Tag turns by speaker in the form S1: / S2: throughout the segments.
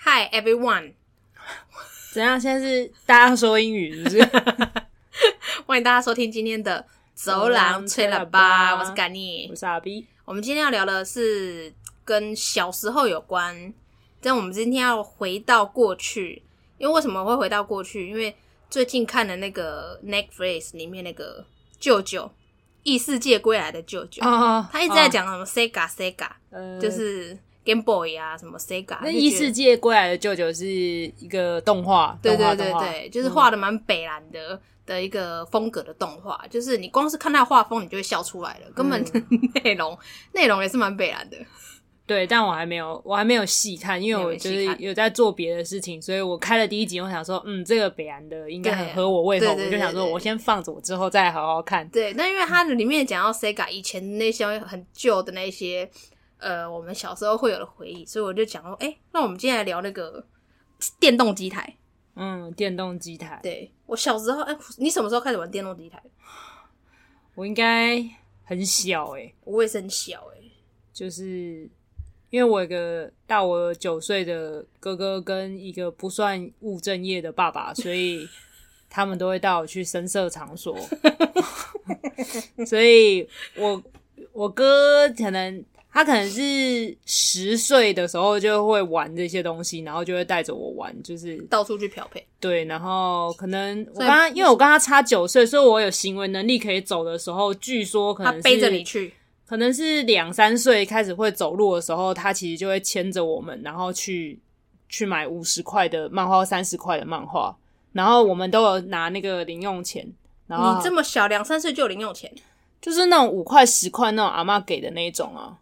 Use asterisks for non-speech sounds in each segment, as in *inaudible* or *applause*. S1: Hi everyone，
S2: 怎样？现在是大家说英语是不是？
S1: 欢迎大家收听今天的走廊吹喇叭，
S2: 走廊吹喇
S1: *laughs*
S2: 叭
S1: 我是甘妮
S2: 我。是阿 B，
S1: 我们今天要聊的是跟小时候有关，但我们今天要回到过去，因为为什么会回到过去？因为最近看的那个 Netflix 里面那个舅舅，异世界归来的舅舅，
S2: 哦
S1: 他一直在，讲什么 Sega Sega，、
S2: 呃
S1: 就是 Game Boy 啊，什么 Sega，就觉
S2: 那
S1: 得
S2: 异世界归来的舅舅是一个动画，
S1: 对
S2: 动画
S1: 对对，
S2: 动画
S1: 对，就是画的蛮北蓝的、的一个风格的动画，就是你光是看他画风，你就会笑出来了，根本
S2: 嗯
S1: *laughs* 内、容内容也是蛮北蓝的。
S2: 对，但我还没有，我还没有细看，因为
S1: 你还
S2: 我
S1: 没
S2: 就
S1: 细
S2: 是
S1: 看
S2: 有在做别的事情，所以我开了第一集，我想说，嗯，这个北安的应该很
S1: 对
S2: 合我胃口，
S1: 对对
S2: 我就想
S1: 对
S2: 说
S1: 对
S2: 我先放着，我之后再好好看。
S1: 对，那因为它里面讲到 Sega 以前那些很旧的那些，呃，我们小时候会有的回忆，所以我就讲说，哎、那我们今天来聊那个电动机台。
S2: 嗯，电动机台，
S1: 对我小时候，哎、你什么时候开始玩电动机台？
S2: 我应该很小欸诶、
S1: 我也是很小哎、
S2: 就是因为我有个大我九岁的哥哥跟一个不算务正业的爸爸，所以他们都会带我去深色
S1: *laughs*
S2: 场所，所以我我哥可能。他可能是十岁的时候就会玩这些东西，然后就会带着我玩，就是
S1: 到处去漂配。
S2: 对，然后可能我
S1: 所以
S2: 跟他，因为我跟他差九岁，所以我有行为能力可以走的时候，据说可
S1: 他
S2: 嗯能是
S1: 背着你去，
S2: 可能是两三岁开始会走路的时候，他其实就会牵着我们，然后去去买五十块的漫画、三十块的漫画，然后我们都有拿那个零用钱，然后
S1: 你这么小，两三岁就有零用钱，
S2: 就是那种五块、十块那种阿嬷给的那一种啊，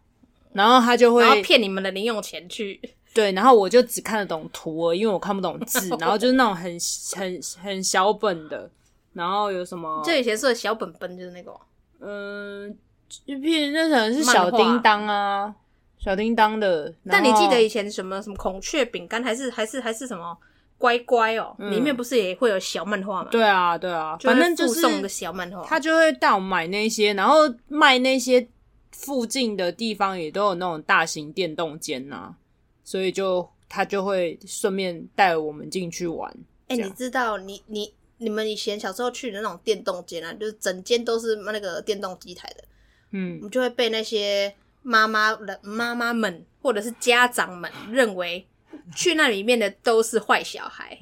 S2: 然后他就会
S1: 然后骗你们的零用钱去
S2: 对，然后我就只看得懂图而已，因为我看不懂
S1: *laughs*
S2: 字，然后就是那种很很很小本的，然后有什么
S1: 就以前是个小本本，就是那
S2: 哦
S1: 个
S2: 嗯，就譬如那可能是小叮当啊，小叮当的，然
S1: 但你记
S2: 后
S1: 得以前什么什么孔雀饼干，还是还是还是什么乖乖哦、里面不是也会有小漫画吗？，
S2: 嗯对啊，对啊，
S1: 就会
S2: 反正就
S1: 附
S2: 是
S1: 送个小漫画。
S2: 他就会带我买那些，然后卖那些附近的地方也都有那种大型电动间呐、所以就他就会顺便带我们进去玩。
S1: 哎、
S2: 这
S1: 你
S2: 样
S1: 知道你你你们以前小时候去的那种电动间啊，就是整间都是那个电动机台的，我
S2: 嗯，
S1: 们就会被那些妈妈的妈妈们或者是家长们认为去那里面的都是坏小孩，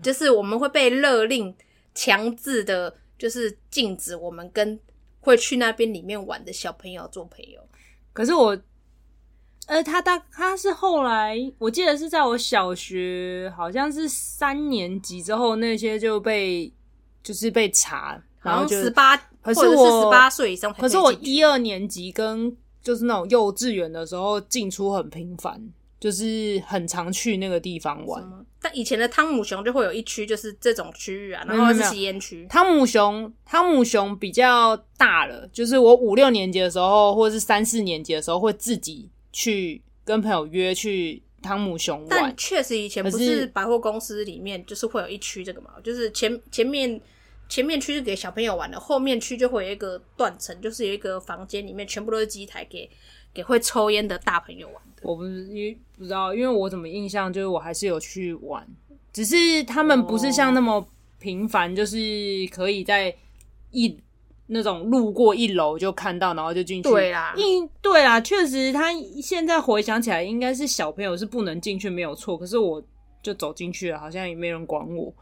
S1: *laughs* 就是我们会被勒令强制的，就是禁止我们跟会去那边里面玩的小朋友做朋友。
S2: 可是我，呃，他大他是后来，我记得是在我小学好像是三年级之后，那些就被就是被查，然
S1: 好
S2: 后
S1: 像
S2: 就
S1: 十八，
S2: 可
S1: 或
S2: 是
S1: 者是十
S2: 我
S1: 八岁以上才
S2: 可
S1: 以进去。
S2: 是我一二年级跟就是那种幼稚园的时候进出很频繁，就是很常去那个地方玩。
S1: 嗯但以前的汤姆熊就会有一区就是这种区域啊，然
S2: 没
S1: 后
S2: 有
S1: 是
S2: 没有
S1: 吸烟区。
S2: 汤姆熊，汤姆熊比较大了，就是我五六年级的时候，或者是三四年级的时候，会自己去跟朋友约去汤姆熊玩
S1: 但。确实以前不
S2: 可是
S1: 是百货公司里面就是会有一区这个嘛，就是前前面前面区是给小朋友玩的，后面区就会有一个断层，就是有一个房间里面全部都是机台给给会抽烟的大朋友玩的。
S2: 我不是因为不知道，因为我怎么印象就是我还是有去玩，只是他们不是像那么频繁，就是可以在一那种路过一楼就看到，然后就进去。
S1: 对啊啦
S2: 因对啦，确实他现在回想起来，应该是小朋友是不能进去没有错，可是我就走进去了，好像也没人管我。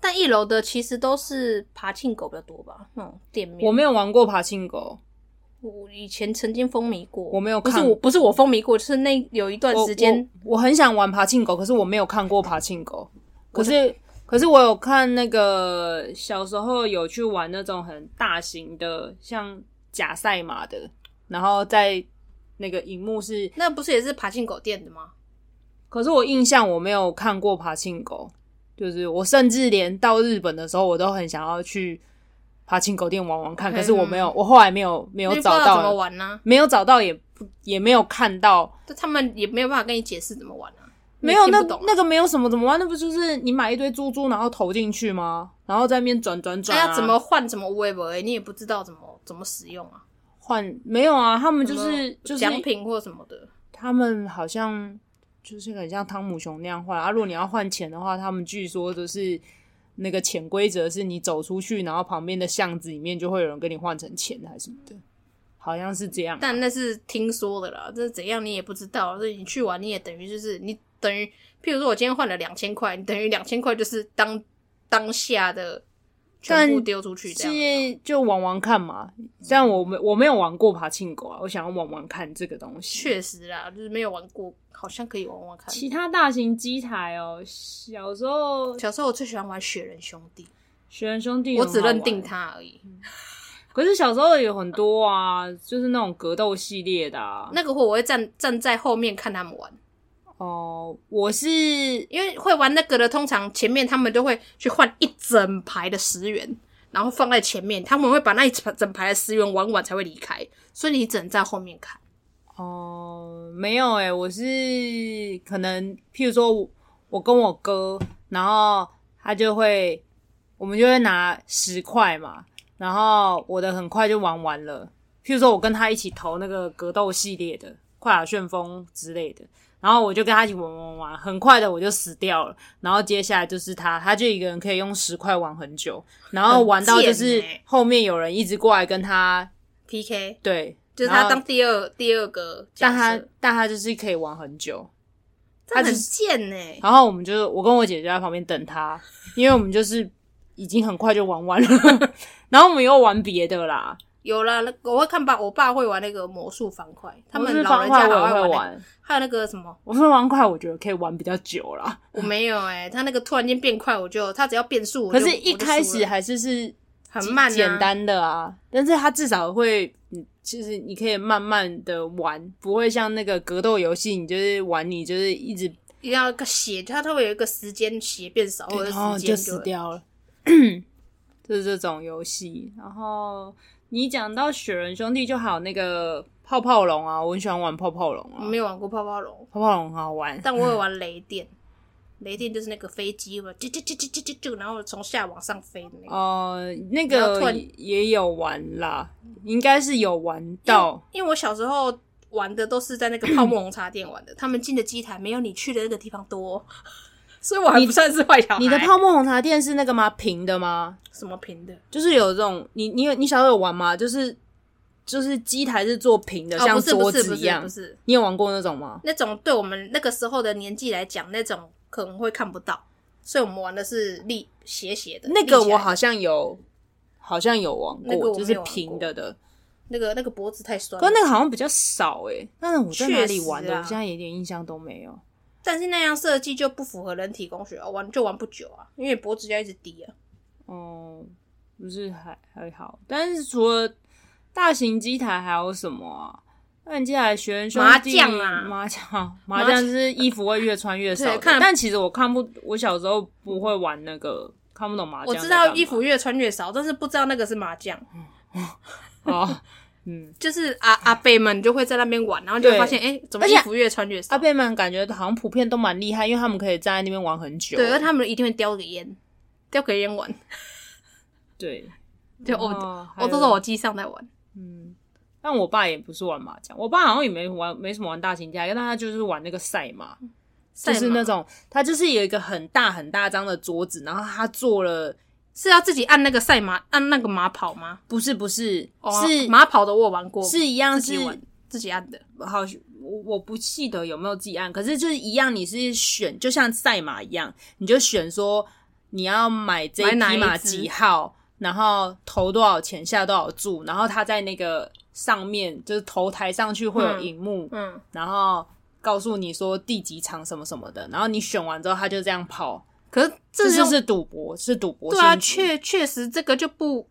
S1: 但一楼的其实都是爬进狗比较多吧，那种店面。
S2: 我没有玩过爬行狗，
S1: 我以前曾经风靡过，
S2: 我没有
S1: 不是
S2: 看
S1: 我不是我风靡过，就是那有一段
S2: 我
S1: 时间
S2: 我我很想玩爬庆狗，可是我没有看过爬庆狗。可是可是我有看那个小时候有去玩那种很大型的，像假赛马的，然后在那个荧幕是，
S1: 那不是也是爬进狗店的吗？
S2: 可是我印象我没有看过爬庆狗，就是我甚至连到日本的时候，我都很想要去爬庆狗店玩玩看，
S1: 嗯
S2: 可是我没有，我后来没有没有
S1: 那你不知
S2: 找
S1: 道怎么
S2: 到，
S1: 玩呢、
S2: 没有找到也不也没有看到。
S1: 就他们也没有办法跟你解释怎么玩啊。
S2: 没有，
S1: 你
S2: 那
S1: 听不懂啊
S2: 那个没有什么怎么玩？那不就是你买一堆珠珠，然后投进去吗？然后在那边转转转、
S1: 那
S2: 啊，
S1: 哎要怎么换怎么 web，、欸、你也不知道怎么怎么使用啊。
S2: 换？没有啊，他们就
S1: 什
S2: 是
S1: 么
S2: 就是
S1: 奖品或什么的，
S2: 他们好像就是很像汤姆熊那样换啊。如果你要换钱的话，他们据说都是那个潜规则是你走出去，然后旁边的巷子里面就会有人跟你换成钱还是什么的，好像是这样。
S1: 但那是听说的啦，这是怎样你也不知道。啊所以你去玩，你也等于就是你等于，譬如说我今天换了两千块，你等于两千块就是当当下的全部
S2: 但
S1: 丢出去这样。
S2: 是就玩玩看嘛，但我没我没有玩过爬庆狗啊，我想要玩玩看这个东西。
S1: 确实啦，就是没有玩过，好像可以玩玩看。
S2: 其他大型机台哦，小时候
S1: 小时候我最喜欢玩雪人兄弟，
S2: 雪人兄弟
S1: 我
S2: 很
S1: 只
S2: 好
S1: 认
S2: 玩欸嗯
S1: 定他而已。
S2: 可是小时候有很多啊，就是那种格斗系列的、啊。
S1: 那个会我会站站在后面看他们玩，
S2: 哦、我是
S1: 因为会玩那个的，通常前面他们就会去换一整排的十元，然后放在前面，他们会把那一整整排的十元玩完才会离开，所以你只能在后面看。
S2: 哦、没有诶、我是可能，譬如说我我跟我哥，然后他就会，我们就会拿十块嘛，然后我的很快就玩完了。譬如说我跟他一起投那个格斗系列的《快打旋风》之类的，然后我就跟他一起玩玩玩，很快的我就死掉了。然后接下来就是他，他就一个人可以用十块玩很久，然后玩到就是
S1: 很贱欸
S2: 后面有人一直过来跟他
S1: PK
S2: 对，
S1: 就是
S2: 然
S1: 他
S2: 后
S1: 当第二第二个角
S2: 但他
S1: 色，
S2: 但他就是可以玩很久。
S1: 他
S2: 他
S1: 很
S2: 只
S1: 贱呢、欸。
S2: 然后我们就是我跟我姐就在旁边等他，因为我们就是已经很快就玩完了， *laughs* 然后我们又玩别的啦，
S1: 有啦，那个我会看爸，我爸会玩那个魔术方块，他
S2: 我
S1: 们
S2: 是
S1: 老
S2: 方
S1: 人
S2: 块
S1: 家
S2: 我
S1: 好爱
S2: 也
S1: 玩那
S2: 会
S1: 个、欸
S2: 玩，
S1: 还有那个什么，
S2: 我说方块我觉得可以玩比较久啦，
S1: 我没有哎、他那个突然间变快，我就他只要变速，我
S2: 可
S1: 就是
S2: 一开始
S1: 还
S2: 还是是
S1: 很慢、啊，
S2: 简单的啊，但是它至少会，嗯就是你可以慢慢的玩，不会像那个格斗游戏，你就是玩你就是一直
S1: 一定要一个血，它它会有一个时间血变少，或者
S2: 然后
S1: 时间
S2: 就
S1: 哦就
S2: 死
S1: 会
S2: 掉了。 *clears throat* 就是这种游戏。然后你讲到雪人兄弟，就还有那个泡泡龙啊，我很喜欢玩泡泡龙
S1: 我
S2: 啊，
S1: 没有玩过泡泡龙，
S2: 泡泡龙很好玩。
S1: 但我有玩雷电，雷电就是那个飞机嘛，啾啾啾啾啾啾啾，然后从下往上飞的那个。
S2: 呃，那
S1: 然后突
S2: 个
S1: 然
S2: 也有玩啦，应该是有玩到。
S1: 因为我小时候玩的都是在那个泡沫红茶店玩的，他们进的机台没有你去的那个地方多，所以我还不算是坏小孩。
S2: 你的泡沫红茶店是那个吗？平的吗？
S1: 什么屏的？
S2: 就是有这种，你你有你小时候有玩吗？就是就是机台是做平的，
S1: 哦，
S2: 像
S1: 不是不
S2: 桌
S1: 是不
S2: 子一
S1: 是
S2: 样
S1: 不。是
S2: 你有玩过那种吗？
S1: 那种，对我们那个时候的年纪来讲，那种可能会看不到，所以我们玩的是立斜斜的。
S2: 那个
S1: 立起来
S2: 我好像有，好像有玩过，
S1: 那个我没有
S2: 就是
S1: 玩过嗯
S2: 平的的。
S1: 那个那个脖子太酸了，
S2: 可那个好像比较少诶、
S1: 啊
S2: 但是我在哪里玩
S1: 确
S2: 的，
S1: 实啊
S2: 我现在一点印象都没有。
S1: 但是那样设计就不符合人体工学，哦玩就玩不久啊，因为脖子要一直低啊。
S2: 哦、不是还还好，但是除了大型机台还有什么啊？大型机台学员兄弟
S1: 麻将啊
S2: 麻将，麻将就是衣服会越穿越少的
S1: 对。看
S2: 但其实我看不，我小时候不会玩那个，看不懂麻将
S1: 我
S2: 在
S1: 知
S2: 干嘛。
S1: 道衣服越穿越少，但是不知道那个是麻将，
S2: 哦，嗯，
S1: 就是阿阿伯们就会在那边玩，然后就会
S2: 对
S1: 发现哎、诶怎么
S2: 而且啊
S1: 衣服越穿越少？
S2: 阿贝们感觉好像普遍都蛮厉害，因为他们可以站在那边玩很久。
S1: 对，而他们一定会叼个烟， *laughs* 叼个烟玩，
S2: 哦对，
S1: 就
S2: 然后
S1: 我
S2: 哦还
S1: 我
S2: 有
S1: 都是我机上在玩，
S2: 嗯，但我爸也不是玩麻将，我爸好像也没玩，没什么玩大型家，但他就是玩那个赛马，就
S1: 赛
S2: 是
S1: 马
S2: 那种他就是有一个很大很大张的桌子，然后他做了
S1: 是要自己按那个赛马按那个马跑吗？
S2: 不是不是、
S1: 哦
S2: 是
S1: 马跑的我有玩过，
S2: 是一样
S1: 自己
S2: 是
S1: 玩自己按的，
S2: 好像我我不记得有没有自己按，可是就是一样，你是选就像赛马一样，你就选说你要买这
S1: 买哪
S2: 匹
S1: 一
S2: 马
S1: 只
S2: 几号，然后投多少钱下多少注，然后他在那个上面就是头抬上去会有
S1: 嗯
S2: 荧幕，
S1: 嗯，
S2: 然后告诉你说第几场什么什么的，然后你选完之后他就这样跑，
S1: 可是
S2: 这
S1: 这
S2: 就
S1: 种
S2: 是赌博，是赌博
S1: 对啊，
S2: 性质
S1: 确确实这个就不，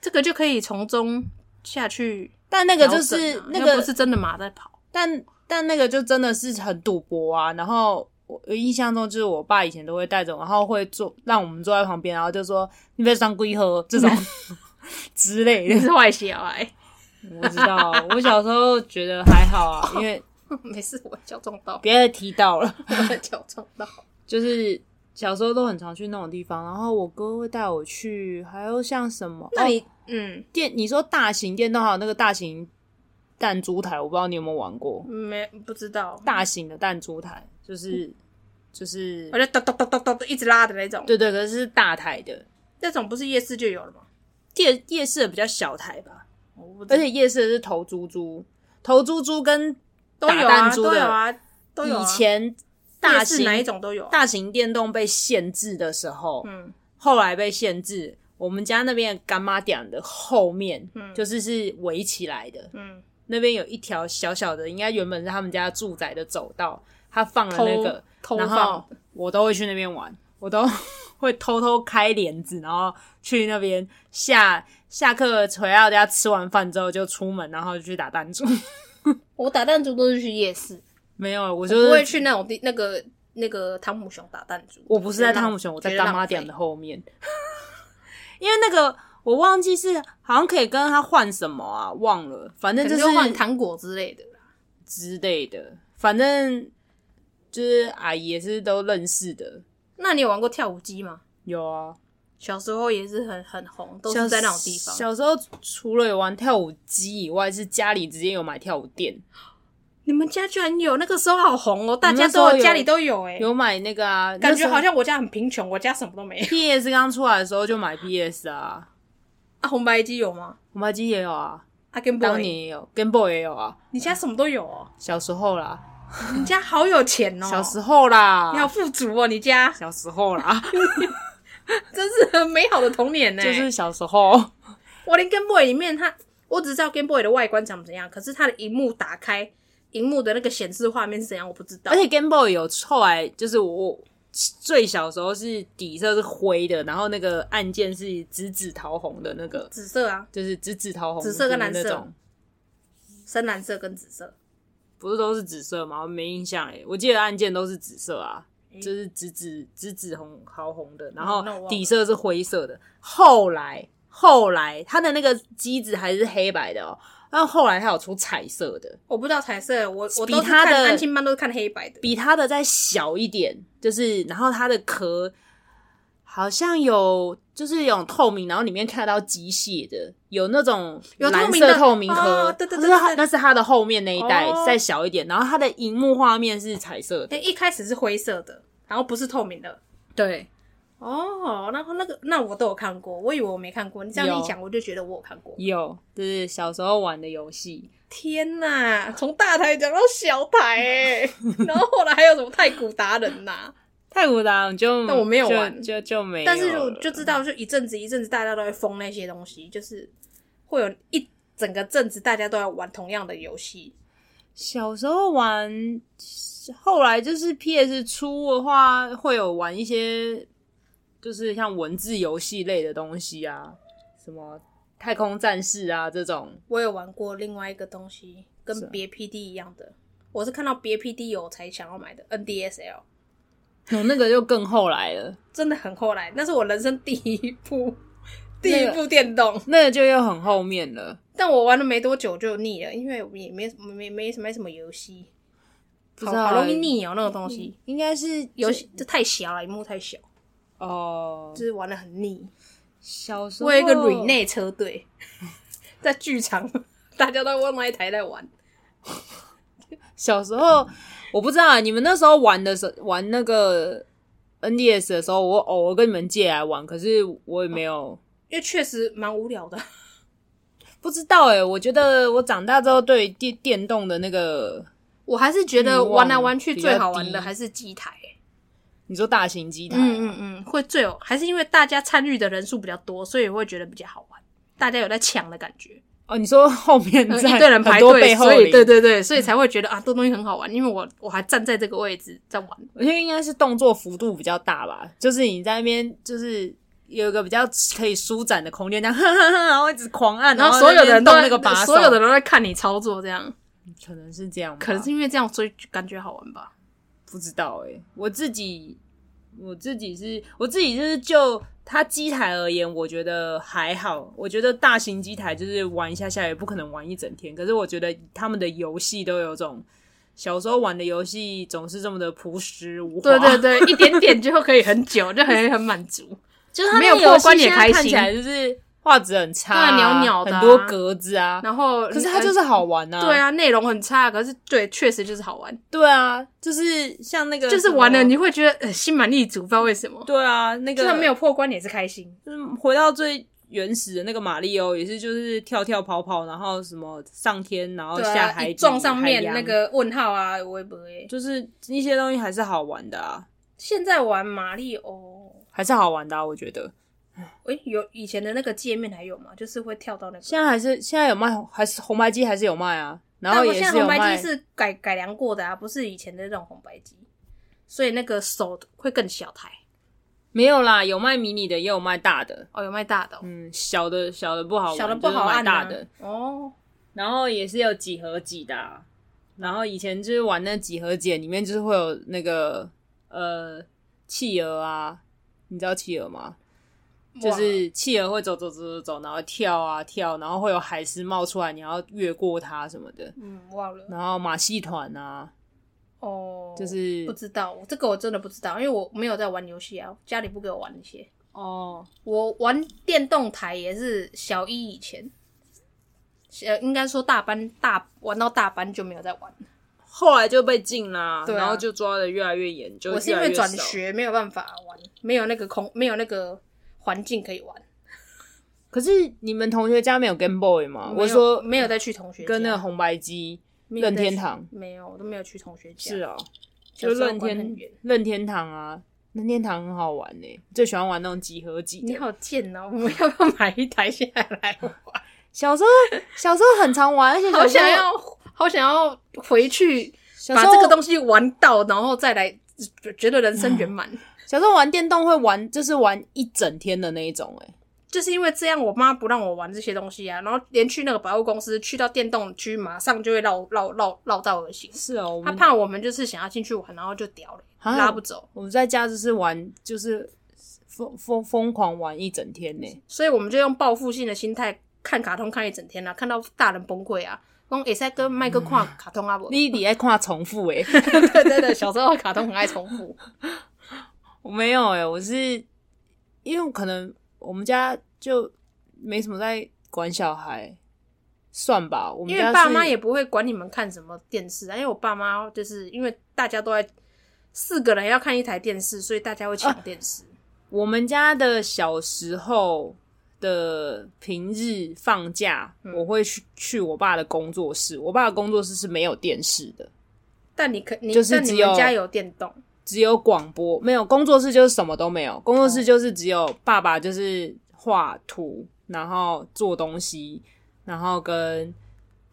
S1: 这个就可以从中下去
S2: 但那
S1: 调
S2: 个
S1: 整
S2: 就
S1: 啊、
S2: 是那
S1: 又
S2: 个
S1: 不是真的马在跑，
S2: 但但那个就真的是很赌博啊。然后我我印象中就是我爸以前都会带着我，然后会坐让我们坐在旁边，然后就说你别上龟喝这种之类
S1: 你
S2: 的。 *laughs*
S1: 是坏小孩，
S2: 我知道，我小时候觉得还好啊，因为
S1: *laughs* 没事，我脚撞
S2: *laughs*
S1: 到，
S2: 别再提到了。
S1: 我脚撞
S2: *laughs*
S1: 到，
S2: 就是小时候都很常去那种地方，然后我哥会带我去，还有像什么？
S1: 那
S2: 哦
S1: 你、嗯，
S2: 电，你说大型电动还有那个大型弹珠台，我不知道你有没有玩过，
S1: 没不知道，
S2: 大型的弹珠台，就是就是
S1: 我，就咚咚咚咚咚一直拉的那种，
S2: 对对，可是是大台的，
S1: 那种不是夜市就有了吗？
S2: 夜夜市的比较小台吧，
S1: 我不知
S2: 而且夜市的是投珠珠，投珠珠跟
S1: 都有啊，
S2: 打弹珠的
S1: 都有啊，都有啊。
S2: 以前
S1: 夜
S2: 大
S1: 市
S2: 型
S1: 哪一种都有啊、
S2: 大型电动被限制的时候，
S1: 嗯，
S2: 后来被限制，我们家那边的干妈店的后面，
S1: 嗯
S2: 就是是围起来的，
S1: 嗯，
S2: 那边有一条小小的，应该原本是他们家住宅的走道，他放了
S1: 偷
S2: 嗯那个，
S1: 偷
S2: 然后
S1: 放，
S2: 我都会去那边玩，我都会偷偷开帘子，然后去那边下下课回到家吃完饭之后就出门，然后就去打弹珠。 *laughs*
S1: 我打弹珠都是去夜市，
S2: 没有，啊我
S1: 我
S2: 就是
S1: 不会去那种地那个那个汤姆熊打弹珠。
S2: 我不是在汤姆熊，我在干妈店的后面。因为那个我忘记是好像可以跟他换什么啊，忘了，反正
S1: 那
S2: 就
S1: 就是是换糖果之类的啦。
S2: 之类的，反正就是阿姨也是都认识的。
S1: 那你有玩过跳舞机吗？
S2: 有啊，
S1: 小时候也是很很红，都是在那种地方。
S2: 小时候除了有玩跳舞机以外，是家里直接有买跳舞垫，
S1: 你们家居然有，那个时候好红哦，大家
S2: 我
S1: 都
S2: 们那时候有
S1: 有，家里都有哎、
S2: 有买那个啊，
S1: 感觉好
S2: 像
S1: 像我家很贫穷，我家什么都没有
S2: PS 刚出来的时候就买 PS 啊，
S1: 啊。红白机有吗？
S2: 红白机也有啊，
S1: 啊，跟
S2: 当
S1: 不
S2: 年也有，Game Boy 也有啊，
S1: 你家什么都有哦，
S2: 小时候啦，
S1: 你家好有钱哦，
S2: 小时候啦，
S1: 你好富足哦，你家
S2: 小时候 *laughs* 啦，
S1: 真是很美好的童年呢、欸
S2: 就是小时候，
S1: 我连 Game Boy 里面它，我只知道 Game Boy 的外观长怎样，可是它的荧幕打开，荧幕的那个显示画面是怎样，我不知道
S2: 而。且 Game Boy 有后来就是我最小的时候是底色是灰的，然后那个按键是紫紫桃红的那个，
S1: 紫色啊，
S2: 就是紫紫桃红，
S1: 紫色跟蓝色
S2: 那种，
S1: 深蓝色跟紫色，
S2: 不是都是紫色吗？我没印象诶、我记得按键都是紫色啊。就是紫紫紫紫红桃红的，然后
S1: 嗯那我忘了
S2: 底色是灰色的。后来后来它的那个机子还是黑白的哦，然后后来它有出彩色的，
S1: 我不知道彩色，我我
S2: 比
S1: 都是
S2: 它
S1: 看
S2: 的
S1: 安亲班都是看黑白的，
S2: 比它的再小一点，就是然后它的壳好像有就是有透明，然后里面看得到机械的，有那种
S1: 有透
S2: 蓝
S1: 明的
S2: 色透明壳，
S1: 哦对对
S2: 可
S1: 对
S2: 是它
S1: 对对
S2: 那是它的后面那一代、
S1: 哦
S2: 再小一点，然后它的荧幕画面是彩色的，
S1: 诶一开始是灰色的，然后不是透明的。
S2: 对，
S1: 哦，然后那个那我都有看过，我以为我没看过，你这样
S2: 有
S1: 一讲，我就觉得我有看过。
S2: 有就是小时候玩的游戏，
S1: 天呐，从大台讲到小台、欸，然后后来还有什么太古达人呐、
S2: 太古达你就
S1: 但我没有
S2: 就
S1: 玩
S2: 就就 *laughs* 没有
S1: 但
S2: 了，
S1: 是我就知道，就一阵子一阵子，大家都会封那些东西，就是会有一整个阵子大家都要玩同样的游戏。
S2: 小时候玩，后来就是 PS 出的话，会有玩一些就是像文字游戏类的东西啊，什么太空战士啊这种。
S1: 我有玩过另外一个东西，
S2: 是啊
S1: 跟别 PD 一样的，我是看到别 PD 有才想要买的 NDSL，
S2: 有哦那个就更后来了，
S1: 真的很后来，那是我人生第一部第
S2: 那
S1: 一
S2: 个
S1: 部电动，
S2: 那个就又很后面了。
S1: 但我玩了没多久就腻了，因为也没什么没没什么没什么游戏，
S2: 不
S1: 好
S2: 知道
S1: 好容易腻哦那个东西，
S2: 应该是
S1: 游戏这太小了，荧幕太小，
S2: 哦
S1: 就。是玩的很腻。
S2: 小时候
S1: 我有一个 r 内车队， *laughs* 在剧场，大家都用那一台在玩。
S2: 小时候我不知道啊，你们那时候玩的时候玩那个 NDS 的时候，我偶尔跟你们借来玩，可是我也没有。
S1: 因为确实蛮无聊的，
S2: 不知道哎、我觉得我长大之后对电电动的那个，
S1: 我还是觉
S2: 欲
S1: 得
S2: 望
S1: 玩来玩去
S2: 比
S1: 最
S2: 较
S1: 好玩
S2: 低
S1: 的还是机台、欸
S2: 你说大型机台啊，
S1: 嗯嗯嗯，会最有，还是因为大家参与的人数比较多，所以会觉得比较好玩，大家有在抢的感觉，
S2: 哦，你说后面
S1: 呃
S2: 在
S1: *laughs* 一堆人
S2: 很
S1: 排
S2: 多
S1: 队，
S2: 背后
S1: 所以
S2: 里，
S1: 对对对，所以才会觉得啊，这东西很好玩，因为我我还站在这个位置在玩，
S2: 我觉得应该是动作幅度比较大吧，就是你在那边就是。有一个比较可以舒展的空间，这样哼哼哼，然后一直狂按，
S1: 然后
S2: 后
S1: 所有的
S2: 在
S1: 人
S2: 那边
S1: 都
S2: 动
S1: 在
S2: 那个把手，
S1: 所有的人都在看你操作，这样
S2: 可能是这样吧，
S1: *laughs* 可能是因为这样，所以就感觉好玩吧。
S2: 不知道哎、我自己我自己是我自己就是就它机台而言，我觉得还好。我觉得大型机台就是玩一下下也不可能玩一整天，可是我觉得他们的游戏都有种小时候玩的游戏总是这么的朴实无
S1: 对
S2: 华，
S1: 对，对，一点点就可以很久，就很很满足。
S2: 就是它
S1: 没有
S2: 那个游
S1: 破
S2: 戏
S1: 关也
S2: 现在
S1: 开
S2: 看起
S1: 心
S2: 来就是画质很差、啊，
S1: 对啊鸟鸟的啊
S2: 很多格子啊。
S1: *laughs* 然后
S2: 可是它就是好玩啊，
S1: 对，啊，内容很差，可是对，确实就是好玩，
S2: 对啊，就是像那个
S1: 就是
S2: 什么
S1: 玩了你会觉得、呃、心满意足，不知道为什么，
S2: 对啊，那个
S1: 就算没有破关你也是开心。
S2: 就是嗯回到最原始的那个马里奥，也是就是跳跳跑跑，然后什么上天，然后
S1: 对
S2: 下
S1: 啊，
S2: 海底、
S1: 一撞上面
S2: 海洋
S1: 那，个问号啊，我也不会。
S2: 就是一些东西还是好玩的啊，
S1: 现在玩马里欧，
S2: 还是好玩的、啊，我觉得。
S1: 诶、有以前的那个界面还有吗？就是会跳到那个。
S2: 现在还是现在有卖，还是红白机还是有卖啊，然后
S1: 但我
S2: 也
S1: 现在
S2: 是有
S1: 红
S2: 卖
S1: 白机是改改良过的啊，不是以前的那种红白机，所以那个手会更小台。
S2: 没有啦，有卖迷你的，也有卖大的。
S1: 哦，有卖大的哦、
S2: 嗯，小的小的不好玩，
S1: 小的不好
S2: 就是
S1: 按、
S2: 买大
S1: 啊、
S2: 的，
S1: 哦。
S2: 然后也是有几何几的啊、然后以前就是玩那几何解，里面就是会有那个呃企鹅啊，你知道企鹅吗？就
S1: 哇
S2: 是企鹅会走走走走走，然后跳啊跳，然后会有海狮冒出来，你要越过它什么的。
S1: 嗯，忘了
S2: 然后马戏团啊，
S1: 哦，
S2: 就是
S1: 不知道这个我真的不知道，因为我没有在玩游戏啊，家里不给我玩那些。
S2: 哦，
S1: 我玩电动台也是小一以前，呃，应该说大班大玩到大班就没有在玩了，
S2: 后来就被禁啦，
S1: 对啊
S2: 然后就抓的越来越严，就
S1: 我是因
S2: 越来
S1: 为
S2: 越
S1: 转
S2: 少
S1: 学没有办法玩，没有那个空，没有那个环境可以玩。
S2: 可是你们同学家没有 Game Boy 吗？
S1: 没有
S2: 我说
S1: 没有再去同学家
S2: 跟那个红白机
S1: 没有再
S2: 任天
S1: 去
S2: 堂
S1: 没有，我都没有去同学家，
S2: 是哦，
S1: 小
S2: 就
S1: 时候
S2: 任
S1: 管很
S2: 天
S1: 远。
S2: 任天堂啊，任天堂很好玩呢、最喜欢玩那种几何几
S1: 你
S2: 的。
S1: 好贱哦！我们要不要买一台下来玩？
S2: *laughs* 小时候小时候很常玩，而且
S1: 好
S2: 小时候
S1: 想要，好想要回去
S2: 小
S1: 把
S2: 时
S1: 这个
S2: 候
S1: 东西玩到，然后再来，觉得人生圆满。
S2: 小时候玩电动会玩，就是玩一整天的那一种、欸，
S1: 就是因为这样，我妈不让我玩这些东西啊，然后连去那个百货公司，去到电动区，马上就会绕绕绕绕道而行。
S2: 是哦，我
S1: 她
S2: 们
S1: 怕我们就是想要进去玩，然后就屌了，
S2: 啊
S1: 拉不走，
S2: 我们在家就是玩，就是疯疯疯狂玩一整天呢、
S1: 所以我们就用报复性的心态看卡通看一整天啊，看到大人崩溃啊。光也在跟麦克看卡通啊，我
S2: 你你爱看重复
S1: *laughs*
S2: 诶、
S1: 对对对，小时候卡通很爱重复。
S2: 我没有诶、我是因为可能我们家就没什么在管小孩，算吧。 *laughs* 我们
S1: 因
S2: 家
S1: 为爸
S2: 是
S1: 妈也不会管你们看什么电视啊，因为我爸妈就是因为大家都在四个人要看一台电视，所以大家会抢电视。
S2: 啊我们家的小时候的平日放假，我会去去我爸的工作室。我爸的工作室是没有电视的，
S1: 但你可你
S2: 就是
S1: 但
S2: 只
S1: 你
S2: 有
S1: 们家有电动，
S2: 只有广播，没有工作室就是什么都没有。工作
S1: 哦
S2: 室就是只有爸爸就是画图，然后做东西，然后跟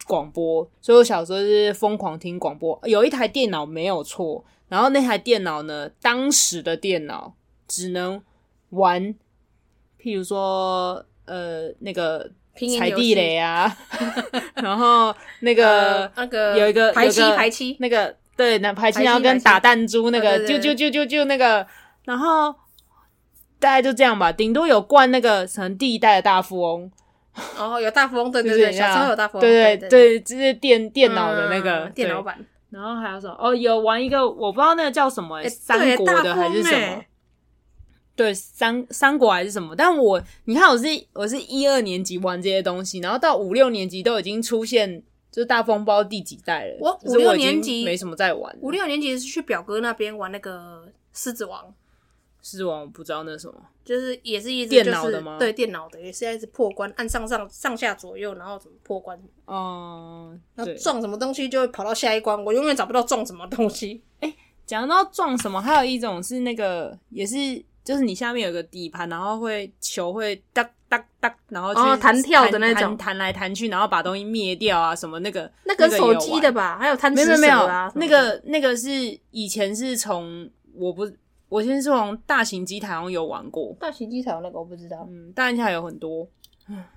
S2: 广播。所以我小时候就是疯狂听广播，有一台电脑没有错，然后那台电脑呢，当时的电脑只能玩，譬如说呃那个
S1: 拼音游
S2: 踩
S1: 戏
S2: 地雷啊， *laughs* 然后那
S1: *laughs*
S2: 个、
S1: 呃那个
S2: 有一个
S1: 排期
S2: 有一个
S1: 排期，
S2: 那个对，那排气，
S1: 排气
S2: 然后
S1: 排
S2: 跟
S1: 气
S2: 打弹珠那个，
S1: 对
S2: 就
S1: 对
S2: 就
S1: 对
S2: 就就就那个，然后大概就这样吧，顶多有灌那个什么第一代的大富翁，
S1: 然哦后有大富翁，对
S2: 就
S1: 对
S2: 是
S1: 对，
S2: 你
S1: 小时
S2: 看
S1: 候有大富翁，
S2: 对
S1: 对，
S2: 对，就是电电脑的那个
S1: 嗯电脑。
S2: 对
S1: 版，
S2: 然后还有什么？哦，有玩一个我不知道那个叫什么、欸
S1: 哎
S2: 三
S1: 对
S2: 国的
S1: 大富翁
S2: 还是什么
S1: 欸？
S2: 对，三三国还是什么？但我你看，我是我是一二年级玩这些东西，然后到五六年级都已经出现就是大风包第几代了。
S1: 我
S2: 就是
S1: 五六
S2: 已经
S1: 年级
S2: 没什么在玩了，
S1: 五六年级是去表哥那边玩那个狮子王，
S2: 狮王我不知道那是什么。
S1: 就是也是一直、就是、
S2: 电脑的吗
S1: 对，电脑的也是要一直破关，按上上上下左右，然后怎么破关，
S2: 哦、
S1: 然后
S2: 对，
S1: 撞什么东西就会跑到下一关，我永远找不到撞什么东西。
S2: 讲到撞什么，还有一种是那个也是，就是你下面有个底盘，然后会球会哒哒哒，然后去
S1: 哦弹跳的那种
S2: 弹弹弹来弹去，然后把东西灭掉啊什么那个
S1: 那个
S2: 也
S1: 手
S2: 有
S1: 机
S2: 玩
S1: 的吧，还有贪
S2: 没
S1: 吃
S2: 有
S1: 蛇
S2: 没有
S1: 啊，什么
S2: 那
S1: 的
S2: 个那个是以前是从我不我先是从大型机台好像有玩过，
S1: 大型机台有那个我不知道，
S2: 嗯，大型机台有很多，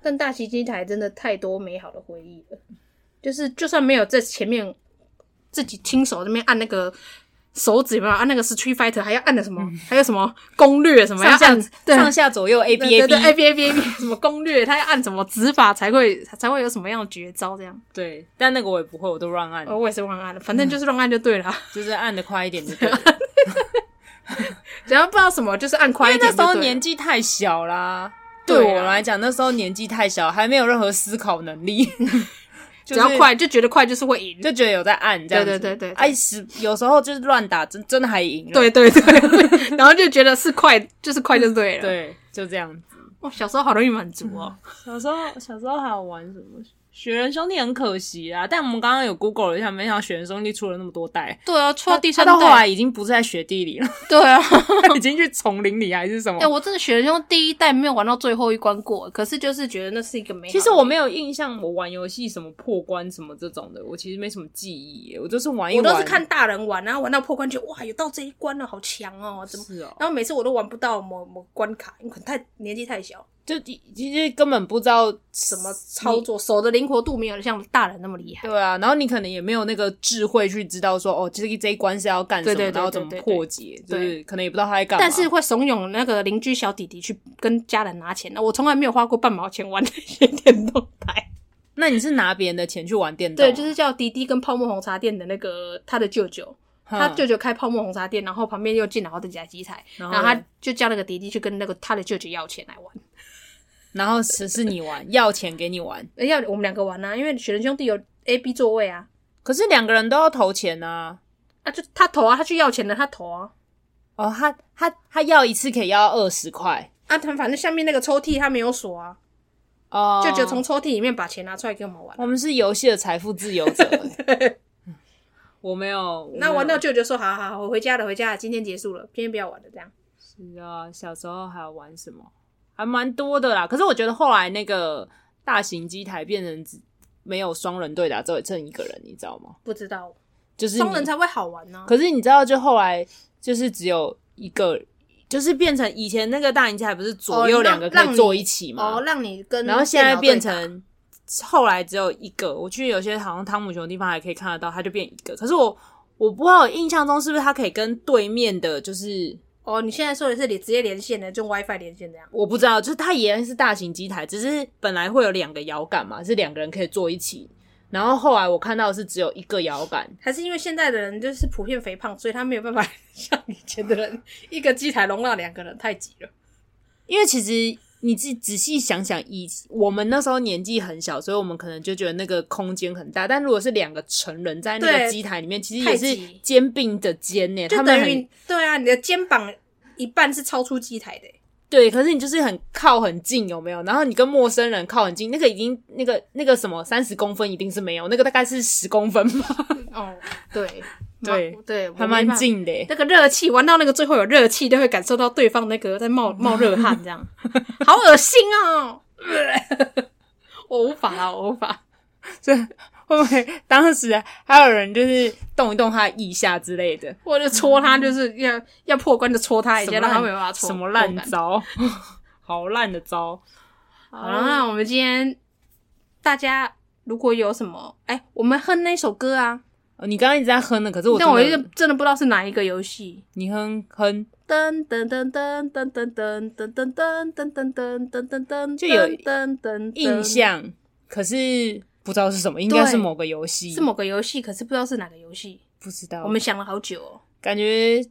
S1: 但大型机台真的太多美好的回忆了，就是就算没有在前面自己亲手那边按那个。手指有没有按那个 Street Fighter，还要按的什么？还有什么攻略什么？要
S2: 嗯上下
S1: 按对
S2: 上下左右 A B
S1: 对哎
S2: A
S1: 对 A
S2: B，
S1: B A B *laughs* A B 什么攻略？他要按什么指法才会才会有什么样的绝招？这样，
S2: 对，但那个我也不会，我都乱按，
S1: 哦，我也是乱按了，反正就是乱按就对了啊。
S2: 就是按的快一点就对了。
S1: *laughs* 只要不知道什么，就是按快一
S2: 因为
S1: 点就
S2: 那时
S1: 对了。
S2: 候年纪太小啦，对
S1: 对
S2: 我
S1: 啊
S2: 来讲，那时候年纪太小，还没有任何思考能 *laughs* 力，只
S1: 只要快就觉得快就是会赢，
S2: 就觉得有在按这样子。
S1: 对对对对对
S2: 哎，是有时候就是乱打，真真的还赢了。
S1: 对对对， *laughs* 然后就觉得是快就是快就对了。，
S2: 对，就这样子。
S1: 哇，小时候好容易满足哦。
S2: 小时候小时候还有玩什么？雪人兄弟很可惜啦，但我们刚刚有 Google 了一下，没想到雪人兄弟出了那么多代。
S1: 对啊，出到第三
S2: 他到后来
S1: 代，
S2: 已经不是在雪地 *laughs* 里了，
S1: 对 *laughs* 啊，
S2: 他已经去丛林里还是什么
S1: 哎、？我真的学了用第一代没有玩到最后一关过，可是就是觉得那是一个美好的。
S2: 其实我没有印象，我玩游戏什么破关什么这种的，我其实没什么记忆耶，我就是玩一
S1: 我
S2: 玩。
S1: 都是看大人玩，然后玩到破关就哇，有到这一关了，好强哦，怎么？
S2: 是哦，
S1: 然后每次我都玩不到某某关卡，因为可能太年纪太小，
S2: 就其实根本不知道
S1: 怎么操作手的灵活度没有像大人那么厉害。
S2: 对啊，然后你可能也没有那个智慧去知道说，哦，这个这一关是要干什么，
S1: 对对对
S2: 然后怎么
S1: 对对对
S2: 破解，就
S1: 对
S2: 是可能也不知道他在干嘛。
S1: 但是会怂恿那个邻居小弟弟去跟家人拿钱我从来没有花过半毛钱玩那些电动
S2: *laughs*
S1: 台。
S2: 那你是拿别人的钱去玩电动啊？
S1: 对，就是叫迪迪跟泡沫红茶店的那个他的舅舅，
S2: 哼
S1: 他舅舅开泡沫红茶店，然后旁边又进了好几台机台，
S2: 然
S1: 然
S2: 后
S1: 后他就叫那个迪迪去跟那个他的舅舅要钱来玩。
S2: 然后只是你玩， *laughs* 要钱给你玩，
S1: 哎要我们两个玩啊，因为雪人兄弟有 A、B 座位啊，
S2: 可是两个人都要投钱啊。
S1: 啊就他投啊，他去要钱的他投啊，
S2: 哦，他他他要一次可以要二十块
S1: 啊他反正下面那个抽屉他没有锁啊，
S2: 哦，
S1: 舅舅从抽屉里面把钱拿出来给我们玩。
S2: 我们是游戏的财富自由
S1: *laughs*
S2: 者。嗯我没有，
S1: 那
S2: 我
S1: 玩
S2: 没
S1: 到
S2: 有
S1: 舅舅说：“好好好，我回家了，回家了，今天结束了，今天不要玩了。”这样。
S2: 是啊，小时候还有玩什么，还蛮多的啦。可是我觉得后来那个大型机台变成只没有双人对打，只有剩一个人，你知道吗？
S1: 不知道，
S2: 就是你
S1: 双人才会好玩呢、
S2: 可是你知道，就后来就是只有一个，就是变成以前那个大型机台不是左右
S1: 哦让
S2: 两个可以坐一起吗？
S1: 哦，让你跟
S2: 然后现在
S1: 电脑对打
S2: 变成后来只有一个，我去有些好像汤姆熊的地方还可以看得到，它就变一个。可是我我不知道，我印象中是不是它可以跟对面的，就是
S1: 哦，你现在说的是你直接连线的，就用 WiFi 连线这样。
S2: 我不知道，就是它也是大型机台，只是本来会有两个摇杆嘛，是两个人可以坐一起。然后后来我看到的是只有一个摇杆，
S1: 还是因为现在的人就是普遍肥胖，所以他没有办法像以前的人一个机台容纳两个人，太挤了。
S2: 因为其实你自己仔细想想，以我们那时候年纪很小，所以我们可能就觉得那个空间很大。但如果是两个成人在那个
S1: 对
S2: 机台里面，其实也
S1: 太
S2: 是
S1: 挤
S2: 肩并着肩呢、
S1: 就
S2: *laughs* 他们
S1: 等
S2: 很
S1: 于对啊，你的肩膀一半是超出机台的、
S2: 对，可是你就是很靠很近，有没有？然后你跟陌生人靠很近，那个已经那个那个什么三十公分一定是没有，那个大概是十公分吧，
S1: 哦，对
S2: 对
S1: 蛮 *laughs* 对，我
S2: 还
S1: 没
S2: 蛮
S1: 办法。
S2: 近的耶。
S1: 那个热气玩到那个最后有热气，都会感受到对方那个在冒冒热汗，这样好恶心哦！我无法啊，我无法。
S2: 这会不会当时还有人就是动一动他的腋下之类的？
S1: 或者戳他，就是要要破关就戳他一
S2: 什
S1: 下，
S2: 么
S1: 哎让他
S2: 烂
S1: 没有办法戳。
S2: 什么烂
S1: 破关？
S2: 招？ *laughs* 好烂的招！
S1: 好了，那我们今天大家如果有什么，哎、我们哼那首歌啊，
S2: 哦你刚刚一直在哼呢，可是我
S1: 但我
S2: 真
S1: 一
S2: 的
S1: 直真的不知道是哪一个游戏。
S2: 你哼哼，
S1: 噔噔噔噔噔噔噔噔噔噔噔噔噔噔噔噔，
S2: 就有
S1: 噔噔
S2: 印象，可是不知道是什么，应该是某个游戏，
S1: 是某个游戏，可是不知道是哪个游戏。
S2: 不知道。
S1: 我们想了好久哦，
S2: 感觉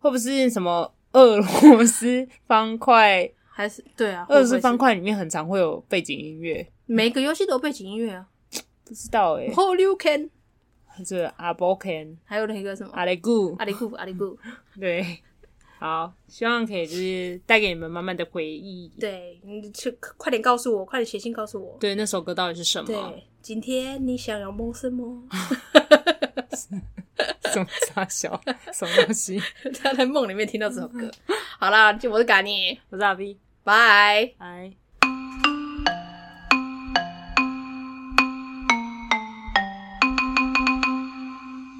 S2: 会不会是什么俄罗斯
S1: *laughs*
S2: 方块？
S1: 还是对啊，
S2: 俄罗斯方
S1: 块，
S2: 块里面很常会有背景音乐，
S1: 每个游戏都有背景音乐啊。
S2: 不知道哎、
S1: How you can，
S2: 这阿波 can
S1: 还有那个什么
S2: 阿
S1: *laughs*
S2: 雷古
S1: 阿里库阿里库，
S2: 对。好，希望可以就是带给你们满满的回忆。
S1: 对，你去快点告诉我，快点写信告诉我。
S2: 对，那首歌到底是什么？ *laughs*
S1: 对，今天你想要梦什 *laughs* 么？
S2: 什么傻 *laughs* 笑？什么东西？
S1: *laughs* 他在梦里面听到这首歌。好啦，就我是嘎尼，
S2: 我是阿 B，
S1: 拜。
S2: 拜。